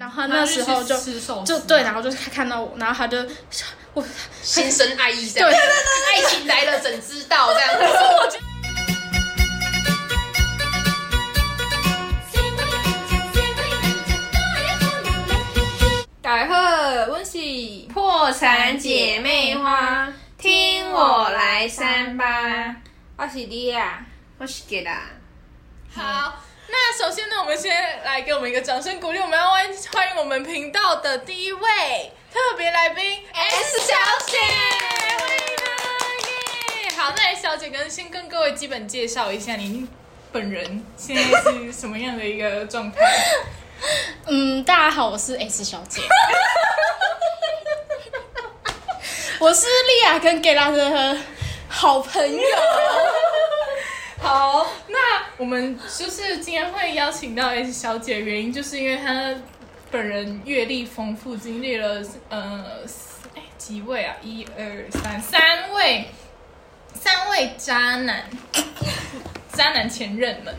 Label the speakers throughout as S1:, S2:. S1: 然后他那时候就
S2: 他去吃寿司
S1: 就对，然后就看看到我，然后他就我
S3: 心生爱意这样，
S1: 对对对
S3: 爱情来了怎知道这样子。
S4: 大家好，我是
S3: 破产姐妹花，听我来三八，
S4: 我是你啊，
S3: 我是给啦。
S5: 好，那首先呢，我们先来给我们一个掌声鼓励，我们要欢欢迎我们频道的第一位特别来宾 S 小姐，欢迎她耶！好，那 S 小姐跟先跟各位基本介绍一下您本人现在是什么样的一个状态？
S1: 嗯，大家好，我是 S 小姐，我是莉亚跟 g e l a 的好朋友。
S5: 好，那我们就是今天会邀请到 S 小姐，原因就是因为她本人阅历丰富，经历了呃四哎几位啊，一二三三位，三位渣 男，渣男前任们，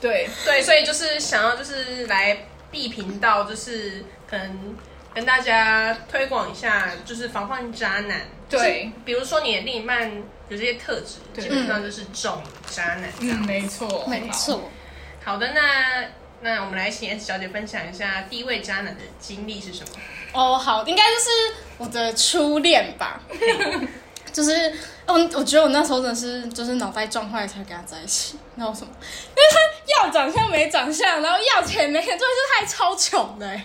S5: 对，
S3: 对，所以就是想要就是来 B 频道，就是可能跟大家推广一下，就是防范渣男。
S5: 对
S3: 就是比如说你的另一半有这些特质，
S5: 对
S3: 基本上就是重渣男这样。
S5: 嗯，没错，
S1: 没错，
S3: 好的，那那我们来请 S 小姐分享一下第一位渣男的经历是什么？
S1: 哦，好，应该就是我的初恋 吧。就是，我我觉得我那时候真的是就是脑袋撞坏才跟他在一起，然后什么，因为他要长相没长相，然后要钱没钱，重点是他还超穷的、欸，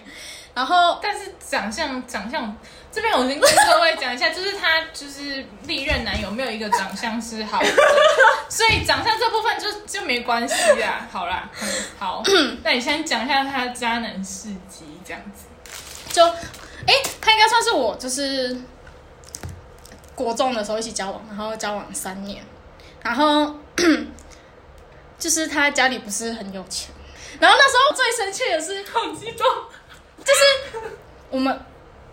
S1: 然后
S5: 但是长相长相这边我先跟各位讲一下，就是她就是历任男友没有一个长相是好的，所以长相这部分就就没关系啦。好啦，嗯、 好，那你先讲一下他的渣男事迹这样 子。
S1: 就，哎、他应该算是我就是国中的时候一起交往，然后交往三年，然后 就是他家里不是很有钱，然后那时候最生气的是，好激动，就是我们，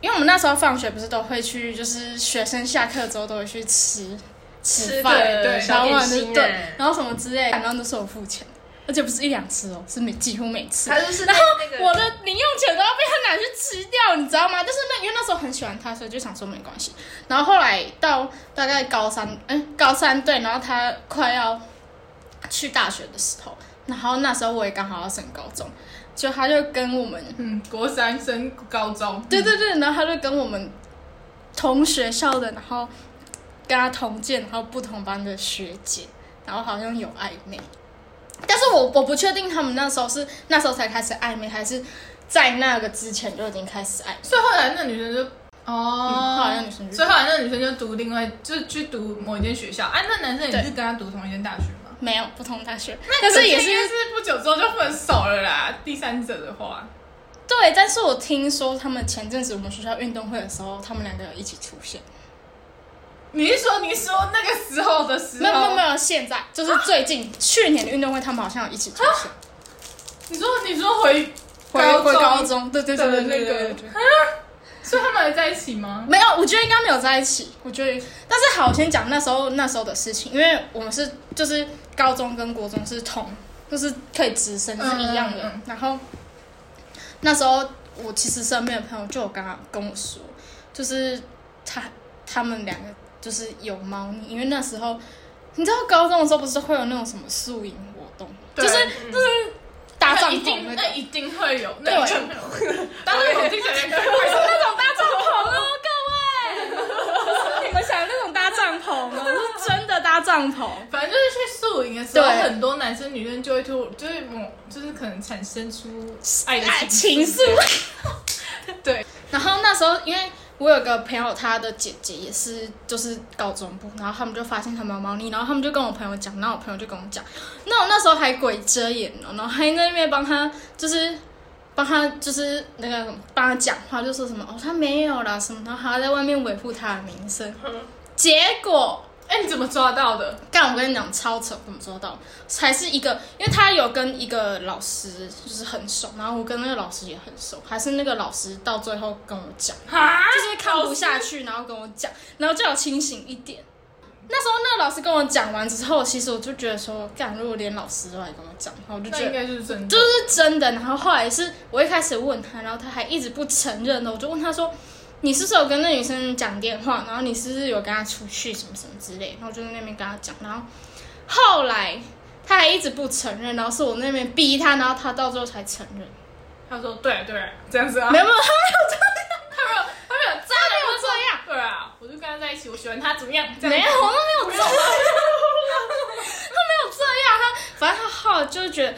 S1: 因为我们那时候放学不是都会去，就是学生下课之后都会去吃吃饭，
S3: 对
S5: 对
S1: 然
S3: 小
S1: 后
S3: 点
S1: 完了
S3: 心啊
S1: 对，然后什么之类，然后都是我付钱的。而且不是一两次哦，是每几乎每次。
S3: 他就是
S1: 然后
S3: 那个
S1: 我的零用钱都要被他拿去吃掉，你知道吗？就是那因为那时候很喜欢他，所以就想说没关系。然后后来到大概高三，嗯，高三对，然后他快要去大学的时候，然后那时候我也刚好要升高中，就他就跟我们，
S5: 嗯，国三升高中，
S1: 对对对，然后他就跟我们同学校的，然后跟他同届，然后不同班的学姐，然后好像有暧昧。但是我我不确定他们那时候是那时候才开始暧昧，还是在那个之前就已经开始暧昧。
S5: 所以后来那女生就
S1: 嗯后来那
S5: 哦
S1: 女，生就
S5: 所以后来那女生就读另外就去读某一间学校，啊，那男生也是跟她读同一间大学吗？
S1: 没有不同大学，但是也是
S5: 应该是不久之后就分手了啦。第三者的话，
S1: 对。但是我听说他们前阵子我们学校运动会的时候，他们两个有一起出现。
S5: 你是说你是说那个时候的时候？
S1: 没有没有没有，现在就是最近、去年的运动会，他们好像有一起出现。
S5: 你说你说回
S1: 回
S5: 高
S1: 回
S5: 中
S1: 高中，对对对对对对对对。
S5: 所啊以他们还在一起吗？
S1: 没有，我觉得应该没有在一起。我觉得，但是好，我先讲那时候那时候的事情，因为我们是就是高中跟国中是同，就是可以直升是一样的。
S5: 嗯嗯嗯
S1: 然后那时候我其实身边的朋友就有跟他跟我说，就是他他们两个就是有猫腻，因为那时候你知道高中的时候不是会有那种什么宿营活动，
S5: 对嗯
S1: 就是就是搭
S5: 那
S1: 帐
S5: 一
S1: 篷那
S5: 定
S1: 个
S5: 那。一定会有，
S1: 对
S5: 那一定 会有。当然有听起来更
S1: 那种搭帐篷哦，各位， 不是你们想的那种搭帐篷哦，是真的搭帐篷。
S5: 反正就是去宿营的时候，
S1: 对
S5: 很多男生女生就会突，就是某，就是可能产生出爱的
S1: 爱
S5: 情
S1: 啊情
S5: 愫
S1: 愫。
S5: 对，
S1: 然后那时候，因为我有个朋友，她的姐姐也是就是高中部，然后他们就发现他们有猫腻，然后他们就跟我朋友讲，然后我朋友就跟我讲，那我那时候还鬼遮眼哦，然后还在那边帮他就是。帮他就是那个什么帮他讲话，就说什么哦，他没有啦什么，然后还要在外面维护他的名声。结果
S5: 哎，你怎么抓到的？
S1: 但我跟你讲，超扯，怎么做到？还是一个，因为他有跟一个老师就是很熟，然后我跟那个老师也很熟，还是那个老师到最后跟我讲，
S5: 啊
S1: 就是看不下去，然后跟我讲，然后叫我清醒一点。那时候那个老师跟我讲完之后，其实我就觉得说，干，如果连老师都来跟我讲，我就
S5: 那
S1: 觉得。
S5: 应该就是真的
S1: 就。是真的，然后后来是我一开始问他，然后他还一直不承认的，我就问他说：“你是不是有跟那女生讲电话？然后你是不是有跟她出去什么什么之类？”然后我就在那边跟他讲，然后后来他还一直不承认，然后是我那边逼他，然后他到最后才承认。
S5: 他说对对，这样子啊。
S1: 没有没有，他没有这样，
S5: 他没有，他没有渣
S1: 他
S5: 男
S1: 没有
S5: 说
S1: 这样，
S5: 对啊，我就跟他在一起，我喜欢他怎么样？这样
S1: 没有，我都没有这样，他没有这样，他反正他后来就是觉得，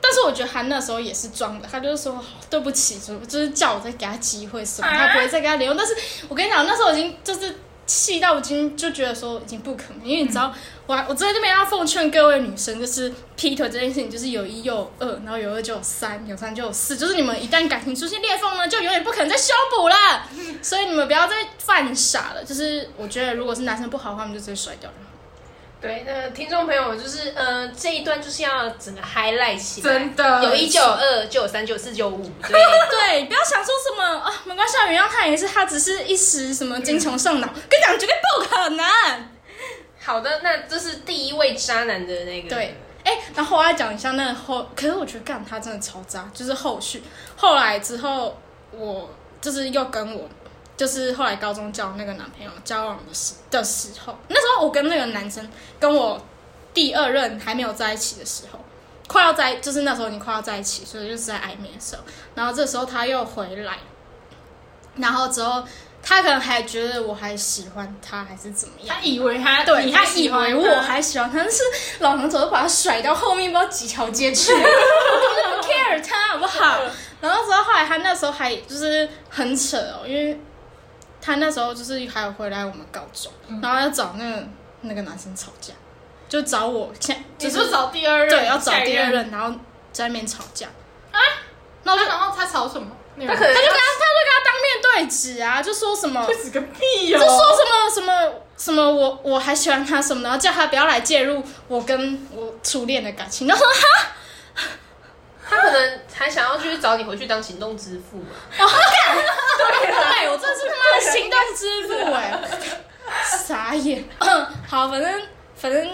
S1: 但是我觉得他那时候也是装的，他就是说对不起，就就是叫我再给他机会什么，
S5: 啊
S1: 他不会再跟他联络。但是我跟你讲，那时候我已经就是气到我已经就觉得说已经不可能，因为你知道，我我真的这边要奉劝各位女生，就是劈腿这件事情，就是有一又有二，然后有二就有三，有三就有四，就是你们一旦感情出现裂缝呢，就永远不可能再修补了。所以你们不要再犯傻了。就是我觉得，如果是男生不好的话，我们就直接甩掉就好。
S3: 对，那听众朋友就是，呃，这一段就是要整个 highlight 起来，
S5: 真的
S3: 有一九二、九三、九四、九五，所以
S1: 对，不要想说什么啊，没关系啊，原谅他也是，他只是一时什么精虫上脑，跟你讲绝对不可能。
S3: 好的，那这是第一位渣男的那个，
S1: 对，，哎、然后我要讲一下那个后，可是我觉得干他真的超渣，就是后续后来之后，我就是又跟我就是后来高中交那个男朋友交往的时的时候，那时候我跟那个男生跟我第二任还没有在一起的时候。快要在，就是那时候你快要在一起，所以就是在暧昧的时候。然后这时候他又回来，然后之后他可能还觉得我还喜欢他，还是怎么样
S5: 他？以为他
S1: 对，
S5: 你
S1: 他
S5: 还
S1: 以
S5: 喜欢
S1: 为我还喜欢他，但是老娘早就把他甩到后面不知道几条街去了， 嗯我根本不 care 他好不好？然后之后后来他那时候还就是很扯哦，因为他那时候就是还有回来我们高中，然后要找那个那个男生吵架，就找我现就
S5: 你
S1: 是
S5: 说找第二任，
S1: 对要找
S5: 下一
S1: 第二。啊任，然后在那边吵架，
S5: 那我就然后他吵什么？
S3: 他可能
S1: 他就跟他他就跟他当面对质啊，就说什么
S5: 会死个屁
S1: 就
S5: 哦！
S1: 说什么什么什么我我还喜欢他什么的，然后叫他不要来介入我跟我初恋的感情。然后他
S3: 他可能还想要去找你回去当行动支付嘛，
S1: 对我真是他妈的行动支付哎、傻眼。嗯好，反正反正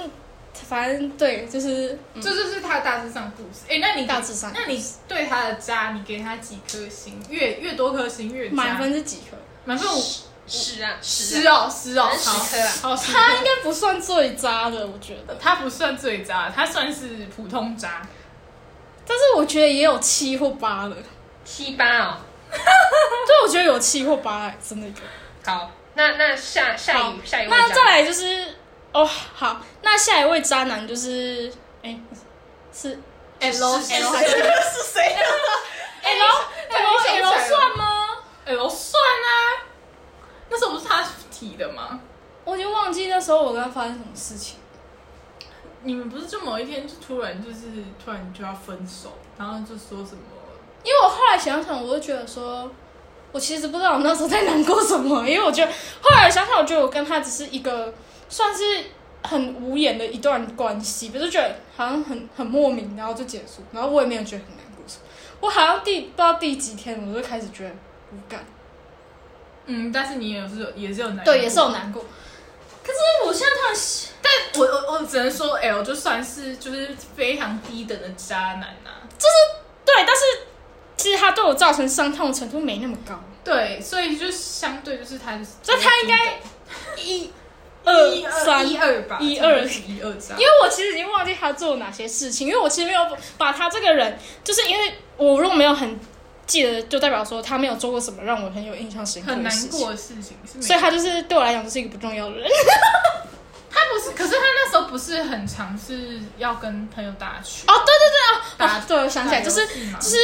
S1: 反正对，就是、嗯
S5: 这就是他的大致上故事。哎、那你
S1: 大致上
S5: 那你对他的渣，你给他几颗星？越越多颗星越渣。
S1: 满分是几颗？
S5: 满分五
S3: 是啊，是
S5: 十哦十哦，
S3: 满分十颗啊
S5: 好，好十颗
S1: 他应该不算最渣的，我觉得。
S5: 他不算最渣，他算是普通渣。
S1: 但是我觉得也有七或八的，
S3: 七八哦。
S1: 对，我觉得有七或八、哎，真的有。
S5: 好，
S3: 那那下下一下一位渣
S1: 那
S3: 男，
S1: 再来就是哦，好，那下一位渣男就是哎、是 L
S5: 是
S1: L 还是 L
S5: 是谁啊
S1: 哎 L
S5: 想不起来了
S1: 算吗？
S5: ？L 算啊，那时候不是他提的吗？
S1: 我已经忘记那时候我跟他发生什么事情。
S5: 你们不是就某一天就突然就是突然就要分手，然后就说什么？
S1: 因为我后来想想，我就觉得说，我其实不知道我那时候在难过什么，因为我觉得后来想想，我觉得我跟他只是一个算是很无言的一段关系，不是觉得好像很很莫名，然后就结束，然后我也没有觉得很难过什么。我好像第不知道第几天，我就开始觉得无感，
S5: 嗯，但是你也是有也是有男
S1: 对，也是有难过。可是我现在突然想
S5: 我我我只能说，L 就算是就是非常低等的渣男啊呐、
S1: 对，但是其实他对我造成伤痛的程度没那么高，
S5: 对，所以就相对就是他就是，
S1: 所以他应该一、
S5: 一
S1: 二、
S5: 二
S1: 三，
S5: 一
S1: 因
S5: 二吧，
S1: 一二
S5: 差不多是一二渣，
S1: 为我其实已经忘记他做哪些事情，因为我其实没有把他这个人，就是因为我如果没有很记得，就代表说他没有做过什么让我很有印象深刻
S5: 很
S1: 的
S5: 难
S1: 事情。
S5: 过的事情是没。
S1: 所以他就是对我来讲就是一个不重要的 人，
S5: 他不是，可是他那时候不是很尝试要跟朋友打球
S1: 哦对
S5: 打
S1: 啊，对，我想起来，就是
S5: 就
S1: 就是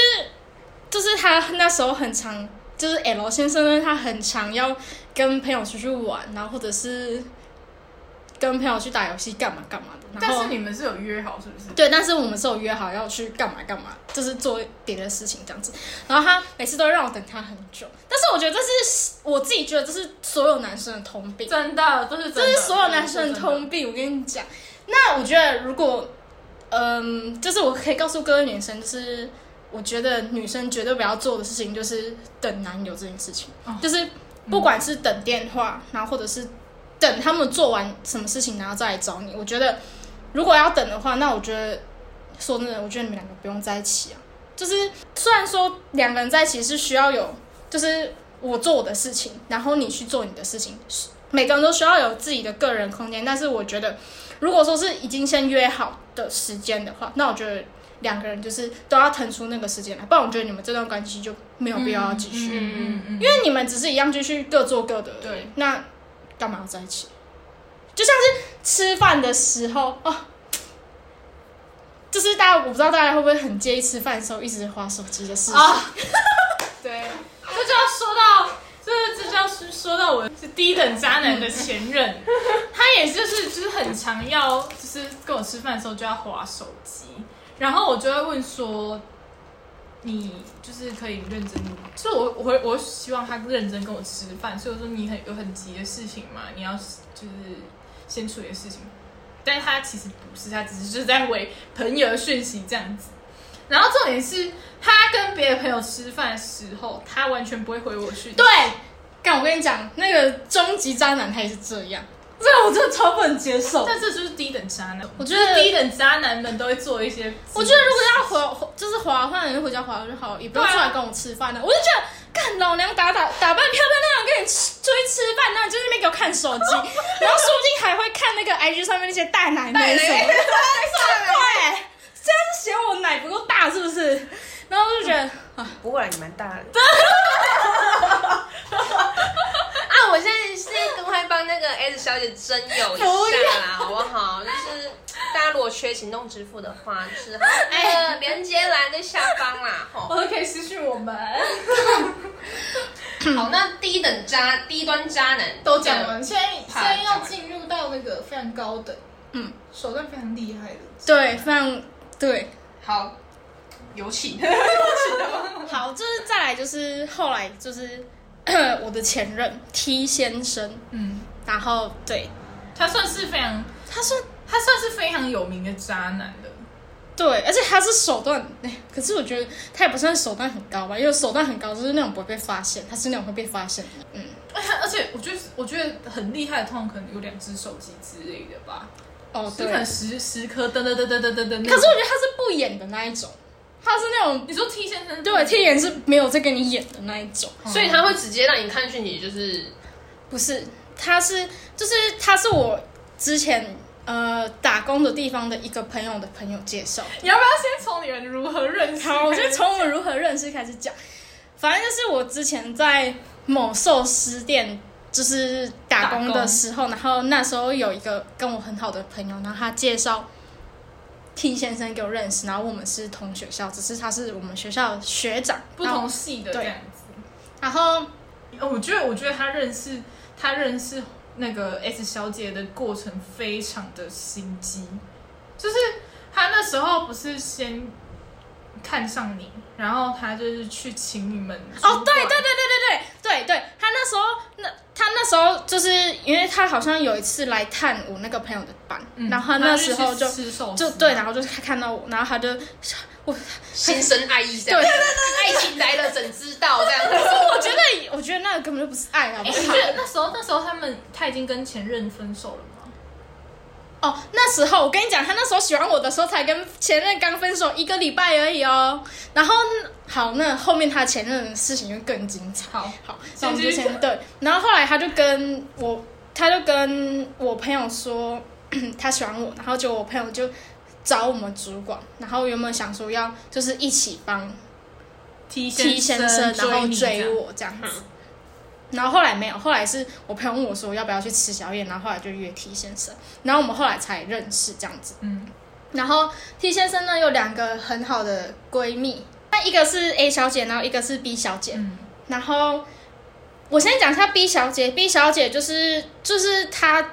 S1: 就是他那时候很常，就是 L 先生呢，他很常要跟朋友出去玩，然后或者是跟朋友去打游戏干嘛干嘛的。然
S5: 但
S1: 后
S5: 是你们是有约好是不是？
S1: 对，但是我们是有约好要去干嘛干嘛，就是做别的事情这样子。然后他每次都会让我等他很久，但是我觉得这是我自己觉得这是所有男生的通病，
S5: 真的，这是真
S1: 这
S5: 的
S1: 是所有男生的通。病。我跟你讲，那我觉得如果，嗯，就是我可以告诉各位女生，就是我觉得女生绝对不要做的事情就是等男友这件事情，
S5: 哦
S1: 就是不管是等电话，然后或者是等他们做完什么事情，然后再来找你。我觉得如果要等的话，那我觉得说真的，我觉得你们两个不用在一起啊。就是虽然说两个人在一起是需要有，就是我做我的事情，然后你去做你的事情，是每个人都需要有自己的个人空间。但是我觉得，如果说是已经先约好的时间的话，那我觉得两个人就是都要腾出那个时间来，不然我觉得你们这段关系就没有必要要继续。
S5: 嗯嗯
S1: 因为你们只是一样继续各做各的，
S3: 对，
S1: 那干嘛要在一起？就像是吃饭的时候哦，就是大家我不知道大家会不会很介意吃饭的时候一直划手机的事情。
S5: 啊，
S1: 对，
S5: 这就要说到，这这就要说到我是低等渣男的前任， 他也就是就是很常要就是跟我吃饭的时候就要划手机，然后我就会问说。你就是可以认真，就是我我会我希望他认真跟我吃饭，所以我说你很有很急的事情嘛，你要就是先处理的事情，但是他其实不是，他只是就是在回朋友的讯息这样子。然后重点是他跟别的朋友吃饭的时候，他完全不会回我讯息。
S1: 对，但我跟你讲，那个终极渣男他也是这样，这个我真的超不能接受。
S5: 但这就是低等渣男。
S1: 我觉得
S5: 低等渣男们都会做一些，
S1: 我觉得如果要回就是划换人回家划就好，也不用
S5: 对啊
S1: 出来跟我吃饭了。我就觉得，干老娘打打打扮漂漂亮亮跟你吃出去吃饭，那你就在那边给我看手机，然后说不定还会看那个 IG 上面那些大奶哎 奶什么的，对，这样是嫌我奶不够大是不是？然后我就觉得啊，
S3: 不过你蛮大的，
S4: 啊，我现在是
S3: 赶快帮那个 S 小姐征友一下
S1: 不
S3: 啦，好不好？就是大家如果缺行动支付的话，就是 那个连接栏在下方啦，吼。
S5: 我可以私讯我们。
S3: 好，那低等渣、低端渣男
S5: 都讲完，现在现
S3: 怕
S5: 在要进入到那个非常高等，
S1: 嗯，
S5: 手段非常厉害的。
S1: 对，非常对。
S3: 好，有 请。
S1: 好，就是再来就是 后来就是我的前任 T 先生，
S5: 嗯，
S1: 然后对
S5: 他算是非常，
S1: 他说
S5: 他算是非常有名的渣男的。
S1: 对，而且他是手段，哎，可是我觉得他也不算手段很高吧，因为手段很高就是那种不会被发现，他是那种会被发现的。嗯，
S5: 而且而且，我觉得我觉得很厉害的，通常可能有两只手机之类的吧，
S1: 哦
S5: 就
S1: 对。
S5: 可能
S1: 可
S5: 十十颗噔噔噔噔噔噔噔。
S1: 是我觉得他是不演的那一种，他是那种
S5: 你说 T 先生
S1: 对天眼是没有在跟你演的那一种，
S3: 所以他会直接让你看讯息，就是
S1: 不是，他是就是他是我之前呃打工的地方的一个朋友的朋友介绍。
S5: 你要不要先从你们如何认识？
S1: 好，我就从我们如何认识开始讲。反正就是我之前在某寿司店就是打工的时候，然后那时候有一个跟我很好的朋友，然后他介绍 T 先生给我认识，然后我们是同学校，只是他是我们学校的学长，
S5: 不同系的这
S1: 对
S5: 样子。
S1: 然后。然后
S5: 哦我觉得，我觉得他认识他认识那个 S 小姐的过程非常的心机，就是他那时候不是先看上你，然后他就是去请你们
S1: 哦，
S5: 主管
S1: 对对对对对对对对，他那时候那他那时候就是因为他好像有一次来探我那个朋友的班，
S5: 嗯
S1: 然后他那时候就
S5: 他去吃寿司
S1: 就对，然后就看到我，然后他就我
S3: 心生爱意这
S1: 对
S3: 样。，爱情来了怎知道这样子？
S1: 我觉得，我觉得那个根本就不是爱，啊好不
S5: 哎，
S1: 好？
S5: 你觉得那时候那时候他们他已经跟前任分手了吗？
S1: 哦，那时候我跟你讲，他那时候喜欢我的时候，才跟前任刚分手一个礼拜而已哦。然后好，那后面他前任的事情就更精彩。
S5: 好，
S1: 好，那我们就
S5: 先继续
S1: 先对。然后后来他就跟我，他就跟我朋友说 他喜欢我，然后就我朋友就找我们主管，然后原本想说要就是一起帮
S5: T
S1: T 先生，然后
S5: 你这样
S1: 追我这样子。然后后来没有，后来是我朋友问我说要不要去吃宵夜，然后后来就约 T 先生，然后我们后来才认识这样子。
S5: 嗯，
S1: 然后 T 先生呢有两个很好的闺蜜，那一个是 A 小姐，然后一个是 B 小姐。
S5: 嗯
S1: 然后我先讲一下 B 小姐，B 小姐就是就是她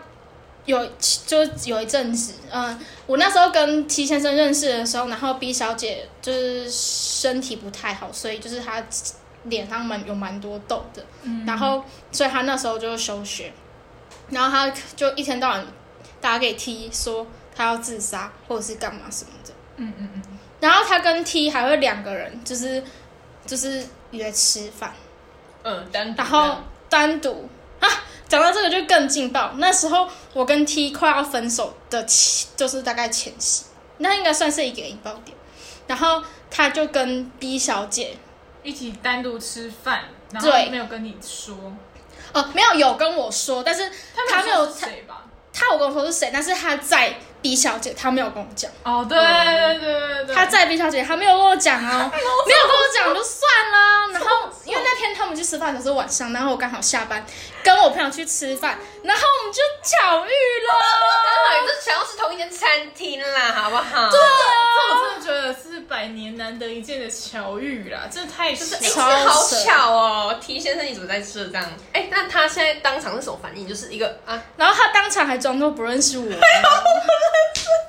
S1: 有就有一阵子，嗯，我那时候跟 T 先生认识的时候，然后 B 小姐就是身体不太好，所以就是她脸上蛮有蛮多痘的，
S5: 嗯
S1: 然后所以她那时候就休学，然后她就一天到晚打给 T 说她要自杀或者是干嘛什么的。
S5: 嗯嗯嗯，
S1: 然后她跟 T 还会两个人，就是就是约吃饭，
S3: 嗯，单独
S1: 然后单独啊，讲到这个就更劲爆。那时候我跟 T 快要分手的前，就是大概前夕，那应该算是一个引爆点。然后他就跟 B 小姐，
S2: 一起单独吃饭，然后
S1: 对
S2: 没有跟你说，
S1: 哦、没有有跟我说，但是他没
S2: 有
S1: 有
S2: 说是
S1: 他
S2: 谁吧？
S1: 他有跟我说是谁，但是他在 B 小姐，他没有跟我讲。
S2: 哦，对对对对对，
S1: 他在 B 小姐，他没有跟我讲 哦，
S2: 哎
S1: 没有跟我讲就算了。然后因为那天他们去吃饭的时候晚上，然后我刚好下班，跟我朋友去吃饭，然后我们就巧 遇了。
S4: 好这全都是同一间餐厅啦，好不好？
S2: 这我真的觉得是百年难得一见的巧遇啦，真的太就是
S3: 哎、
S1: 超
S3: 这好
S1: 神
S3: 巧哦！T 先生，你怎么在这这样？哎、那他现在当场是什么反应？就是一个啊，
S1: 然后他当场还装作不认识我。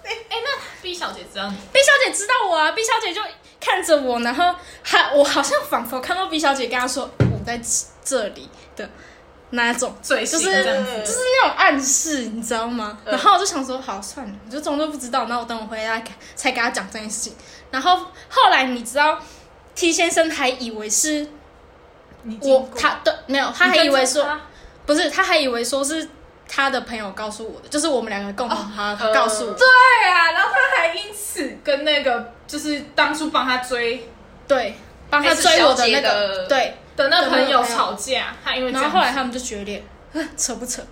S2: 哎，那 B 小姐知道你
S1: B 小姐知道我啊，B 小姐就看着我，然后还我好像仿佛看到 B 小姐跟她说我在这里的那种，
S2: 嘴
S1: 就
S2: 型
S1: 是
S2: 这样子，
S1: 就是那种暗示，你知道吗？然后我就想说，好算了，我就装作不知道。然后我等我回来才跟他讲这件事情。然后后来你知道，T 先生还以为是
S2: 你经
S1: 我
S2: 过
S1: 他对没有，他还以为说
S2: 你跟着
S1: 不是，他还以为说是他的朋友告诉我的，就是我们两个共同他
S3: 呃
S1: 告诉我。
S2: 对啊，然后他还因此跟那个就是当初帮他追
S1: 对，帮他
S3: 还是
S1: 追我
S3: 小姐
S1: 那个
S3: 的
S1: 对，
S2: 的那朋
S1: 的那个
S2: 友
S1: 朋友
S2: 吵架，他因为这
S1: 然
S2: 样
S1: 后后来
S2: 子
S1: 他们就决裂，呃扯不扯？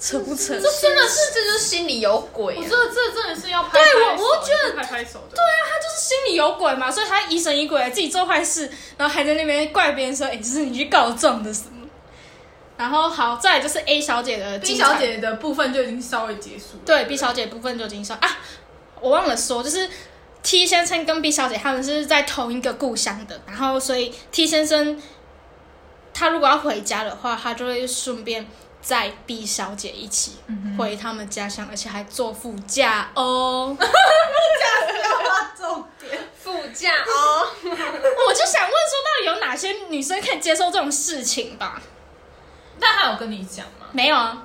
S1: 扯不扯？
S3: 这真的是这就是心里有鬼、
S2: 我觉。
S3: 啊
S2: 得这真的是要拍
S1: 对我
S2: 拍手
S1: 我觉得
S2: 就是拍拍手的，
S1: 对啊，他就是心里有鬼嘛，所以他疑神疑鬼，自己做坏事，然后还在那边怪别人说：“哎、这是你去告状的什么？”然后好，再来就是 A 小姐的
S2: B
S1: 精彩
S2: 小姐的部分就已经稍微结束了，
S1: 对 B 小姐部分就已经说啊，我忘了说，就是 T 先生跟 B 小姐他们是在同一个故乡的，然后所以 T 先生他如果要回家的话，他就会顺便载 B 小姐一起回他们家乡，而且还坐副驾 哦。
S4: 副驾 哦，
S1: 我就想问说，到底有哪些女生可以接受这种事情吧？
S2: 但他有跟你讲吗？
S1: 没有啊，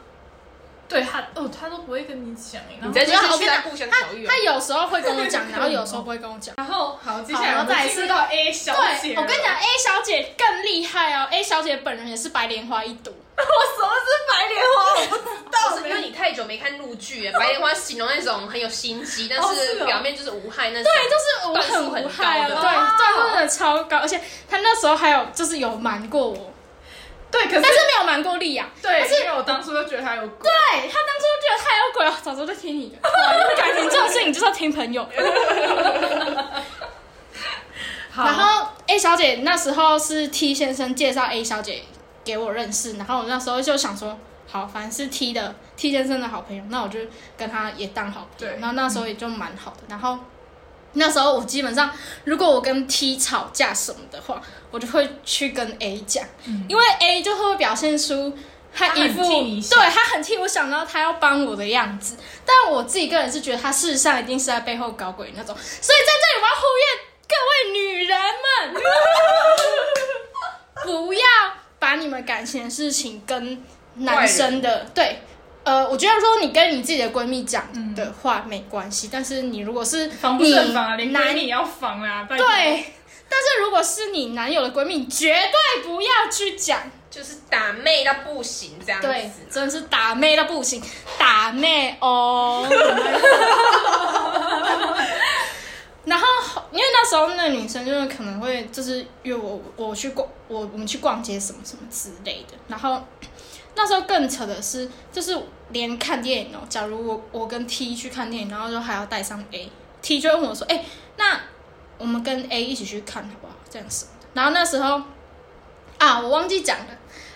S2: 对他哦，他都不会跟你讲，然后
S3: 你在就是
S1: 我
S3: 去
S1: 跟
S3: 他
S1: 他
S3: 故乡
S1: 他
S3: 巧遇哦
S1: 他有时候会跟我讲，然后有时候不会跟我 讲。
S2: 然后好，接下
S1: 好
S2: 来
S1: 然后
S2: 我们
S1: 再来
S2: 进入
S1: 是
S2: 到 A 小姐
S1: 对，
S2: 了，
S1: 我跟你讲，A 小姐更厉害哦，A 小姐本人也是白莲花一朵。
S3: 不是因为你太久没看陆剧 了，白莲花形容那种很有心机，但
S2: 哦是
S3: 是
S2: 哦
S3: 表面就是无害那种。
S1: 对，就是我
S3: 段数
S1: 很
S3: 很
S1: 无害啊，
S3: 高的
S1: 对，段数真的超高，而且他那时候还有就是有瞒过我，
S2: 对，可
S1: 但
S2: 是
S1: 是没有瞒过丽雅。
S2: 对，
S1: 但是
S2: 因为我当初就觉得他有鬼，
S1: 对他当初觉得他有鬼，我早知道就听你的。感情这种事情就是要听朋友。
S2: 好
S1: 然后 A 小姐那时候是 T 先生介绍 A 小姐给我认识，然后我那时候就想说，好，反正是 T 的 T 先生的好朋友，那我就跟他也当好朋友。
S2: 对
S1: 然后那时候也就蛮好的，然后。那时候我基本上，如果我跟 T 吵架什么的话，我就会去跟 A 讲，因为 A 就会表现出他
S2: 他
S1: 一
S2: 很
S1: 副
S2: 替你
S1: 对
S2: 想
S1: 他很替我想，然后他要帮我的样子。但我自己个人是觉得他事实上一定是在背后搞鬼那种，所以在这里我要呼吁各位女人们， 不要把你们感情的事情跟男生的对。呃，我觉得说你跟你自己的闺蜜讲的话没关系，但是你如果是
S2: 防不
S1: 你
S2: 胜防啊，连
S1: 男
S2: 闺蜜也要防啦，拜托
S1: 对，但是如果是你男友的闺蜜，绝对不要去讲。
S3: 就是打妹到不行这样子。
S1: 对，真的是打妹到不行，打妹哦。然后，因为那时候那女生就是可能会就是约我，我去逛，我我们去逛街什么什么之类的。然后那时候更扯的是，就是连看电影哦，假如我我跟 T 去看电影，然后就还要带上 A，T 就会问我说：“哎、那我们跟 A 一起去看好不好？”这样子。然后那时候啊，我忘记讲了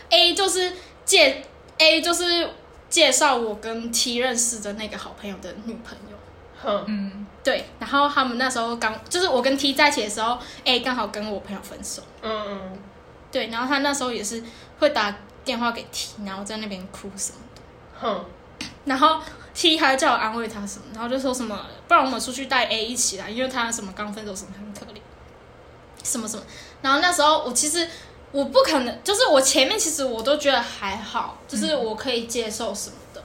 S1: ，A 就是介 A 就是介绍我跟 T 认识的那个好朋友的女朋友。
S3: 哼，
S2: 嗯，
S1: 对，然后他们那时候刚就是我跟 T 在一起的时候，A 刚好跟我朋友分手。
S3: 嗯嗯，
S1: 对，然后他那时候也是会打电话给 T，然后在那边哭什么的。
S3: 哼，
S1: 然后 T 还叫我安慰他什么，然后就说什么，不然我们出去带 A 一起来，因为他什么刚分手什么很可怜，什么什么。然后那时候我其实我不可能，就是我前面其实我都觉得还好，就是我可以接受什么的，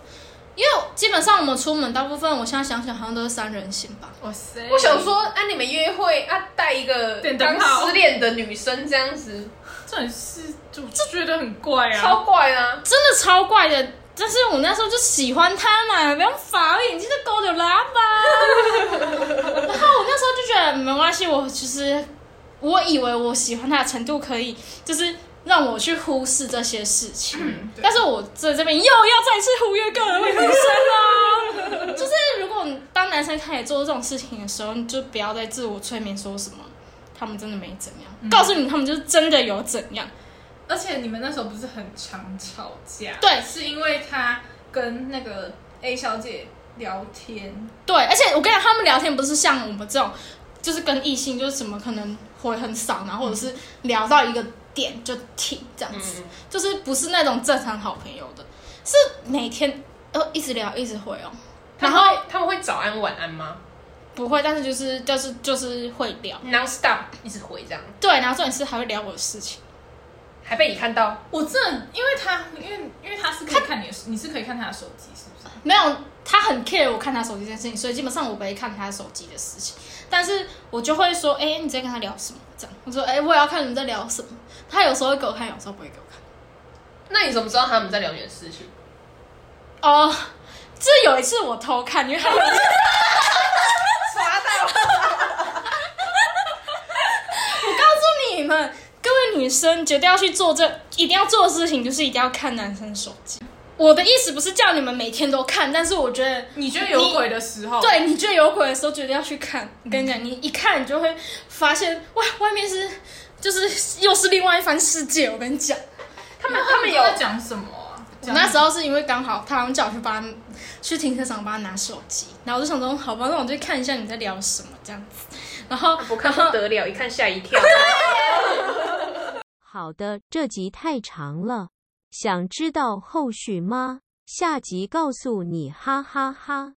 S1: 因为基本上我们出门大部分，我现在想想好像都是三人行吧。
S2: 哇塞，
S3: 我想说，啊，你们约会啊，带一个
S2: 电灯
S3: 刚
S2: 泡
S3: 失恋的女生这样子，
S2: 重点是，就就觉得很怪啊。
S4: 超怪啊！
S1: 真的超怪的。但是我那时候就喜欢他嘛，没办法，我眼睛就勾着拉吧。然后我那时候就觉得没关系，我其实我以为我喜欢他的程度可以，就是让我去忽视这些事情。但是我在这边又要再次忽略个人为女生啦、就是如果你当男生开始做这种事情的时候，你就不要再自我催眠说什么他们真的没怎样，告诉你他们就是真的有怎样。
S2: 而且你们那时候不是很常吵架？
S1: 对
S2: 是因为他跟那个 A 小姐聊天，
S1: 对，而且我跟你讲，他们聊天不是像我们这种，就是跟异性就是怎么可能回很少，然后或者是聊到一个点就停这样子，就是不是那种正常好朋友的，是每天呃一直聊一直回哦，然
S3: 他们
S1: 后
S3: 会他们会早安晚安吗
S1: 不会，但是就是就是就是会聊，
S2: 嗯
S3: ？Non stop 一直回这样，
S1: 对，啊然后重点是还会聊我的事情，
S3: 还被你看到，
S2: 我真的因为他，因为因为他是可以看你的，你是可以看他的手机，是不是？
S1: 没有，他很 care 我看他手机这件事情，所以基本上我不会看他手机的事情。但是我就会说，哎、你在跟他聊什么？这样，我说，哎、我也要看你们在聊什么。他有时候会给我看，有时候不会给我看。
S3: 那你怎么知道他们在聊你的 事情？
S1: 哦、这有一次我偷看，因为他有我
S3: 抓到，
S1: 告诉你们，各位女生绝对要去做这一定要做的事情，就是一定要看男生手机。我的意思不是叫你们每天都看，但是我觉得
S5: 嗯
S2: 你觉得有鬼的时候，，
S1: 对你觉得有鬼的时候，绝对要去看。我跟你讲，你一看你就会发现，哇，外面是就是又是另外一番世界。我跟你讲，
S3: 他们
S2: 他
S3: 他
S2: 们
S3: 们
S2: 有
S3: 有
S2: 在讲什么啊？
S1: 我
S2: 讲
S1: 那时候是因为刚好他好像叫我去帮他去停车场帮他拿手机，然后我就想说，好吧，那我就看一下你在聊什么这样子。然后
S3: 我看不得了，一看吓一跳。
S6: 好的，这集太长了，想知道后续吗？下集告诉你，哈哈哈